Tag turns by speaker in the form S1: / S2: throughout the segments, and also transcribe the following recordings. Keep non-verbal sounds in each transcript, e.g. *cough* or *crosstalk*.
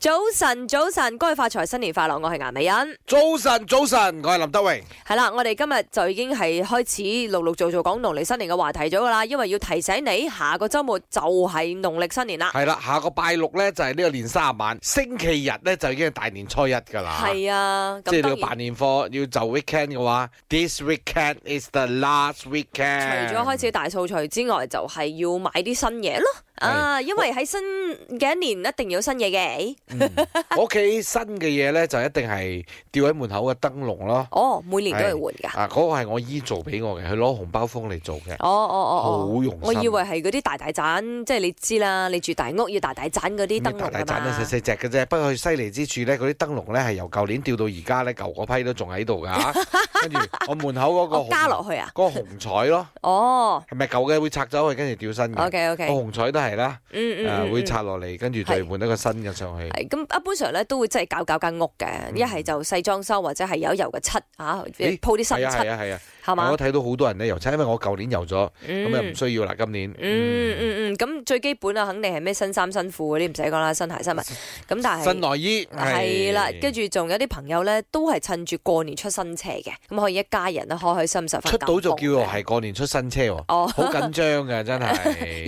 S1: 早晨，早晨，恭喜發財，新年快樂！我係顏美欣。
S2: 早晨，早晨，我係林德榮。
S1: 係啦，我哋今日就已經係開始陸陸續續講農曆新年嘅話題咗噶啦，因為要提醒你，下個週末就係農曆新年啦。
S2: 係啦，下個拜六咧就係呢個年卅晚，星期日咧就已經係大年初一㗎啦。
S1: 係啊，咁
S2: 即係你
S1: 當
S2: 要
S1: 然
S2: 辦。年貨，要就 weekend 嘅話，this weekend is the last
S1: 除
S2: weekend。
S1: 咗開始大掃除之外，就係要買啲新嘢咯。啊，因為喺新嘅一年一定要有新嘢嘅。
S2: 嗯我屋企新嘅嘢咧就一定係吊喺門口嘅燈籠咯。
S1: 哦，每年都要換㗎。
S2: 啊，嗰個係我姨做俾我嘅，佢攞紅包封嚟做嘅，
S1: 哦哦哦
S2: 好
S1: 哦。
S2: 用心。
S1: 我以為係嗰啲大大盞，即係你知啦，你住大屋要大大盞嗰啲燈
S2: 咩
S1: 籠
S2: 大大
S1: 㗎
S2: 盞咧
S1: 嘛
S2: 細細隻嘅啫，不過佢犀利之處咧，嗰啲燈籠咧係由舊年吊到而家咧，舊嗰批都仲喺度㗎。
S1: *laughs*
S2: 跟住我門口嗰個
S1: 我
S2: 紅
S1: 加落去啊。
S2: 嗰個紅彩咯，
S1: 哦
S2: 係咪舊嘅會拆走去，跟住吊新嘅？
S1: ，OK
S2: 個
S1: OK，
S2: 紅彩都係啦，
S1: 嗯嗯嗯，
S2: 誒哦啊會
S1: 嗯
S2: 拆落嚟，跟住再
S1: 係
S2: 換一個新嘅上去。
S1: 係咁，啊一般上咧都會真係搞搞間屋嘅，一係就細裝修或者係有油嘅漆啊，
S2: 嗯咦
S1: 鋪啲新
S2: 係啊係
S1: 漆
S2: 啊係啊！
S1: 係嘛
S2: 我，睇到好多人咧油漆，因為我舊年油咗，咁又唔
S1: 嗯
S2: 需要啦。今年
S1: 嗯嗯嗯，咁最基本啊，肯定係咩新衫新褲嗰啲唔使講啦，新鞋新襪咁，但係。
S2: 新內衣
S1: 係啦，跟
S2: 住
S1: 住仲有啲朋友咧，都係趁住過年出新車嘅，咁可以一家人咧開開心心翻
S2: 出到就叫做係過年出新
S1: *laughs*
S2: 車喎，
S1: 哦，
S2: 好緊張㗎真係。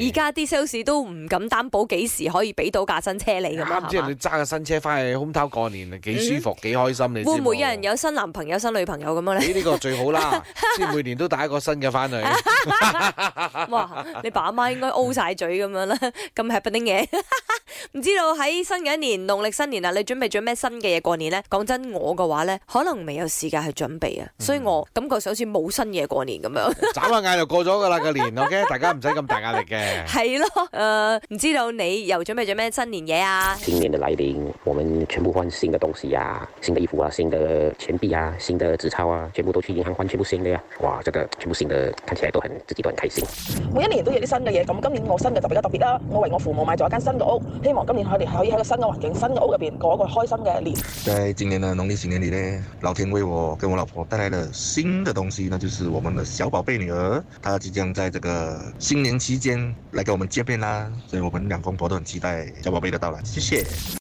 S1: 而家啲 sales 都唔敢擔保幾時可以俾到架新車你咁啊
S2: 啱，即
S1: 係
S2: 係
S1: 嘛
S2: 你揸個新車翻去 home town 過年，幾舒服幾開心，你知
S1: 會唔會有
S2: 冇
S1: 人有新男朋友新女朋友咁樣咧？
S2: 你呢個
S1: *laughs*
S2: 最好啦，即係每年都帶一個新嘅翻去。
S1: *laughs* 哇！你爸媽應該 O 晒嘴咁樣啦， *laughs* 咁 happening 嘅。 *laughs* 唔知道喺新嘅一年，農曆新年啊，你準備咗咩新嘅嘢過年呢？講真，我嘅話呢，可能未有時間去準備啊，所以我感覺上好似冇新嘢過年咁樣。 *laughs*
S2: 眨下眼就過咗噶啦個年，OK，大家唔使咁大壓力嘅。
S1: 係咯，诶、唔知道你又準備咗咩新年嘢啊？
S3: 新年的来临，我们全部换新的东西呀、新的衣服啊，新的钱币啊，新的纸钞啊，全部都去银行换，全部新的呀、哇，这个全部新的，看起来都很自己都很开心。
S4: 每一年都有啲新嘅嘢，咁今年我新嘅就比較特別啦。我為我父母買咗一間新嘅屋，希望今年佢哋可以喺個新嘅環境、新嘅屋入邊過一個開心嘅年。
S5: 在今年的农历新年里呢，老天为我跟我老婆带来了新的东西呢，就是我们的小宝贝女儿，她即将在这个新年期间来跟我们见面啦，所以我们两公婆都很期待小宝贝的到来。谢谢。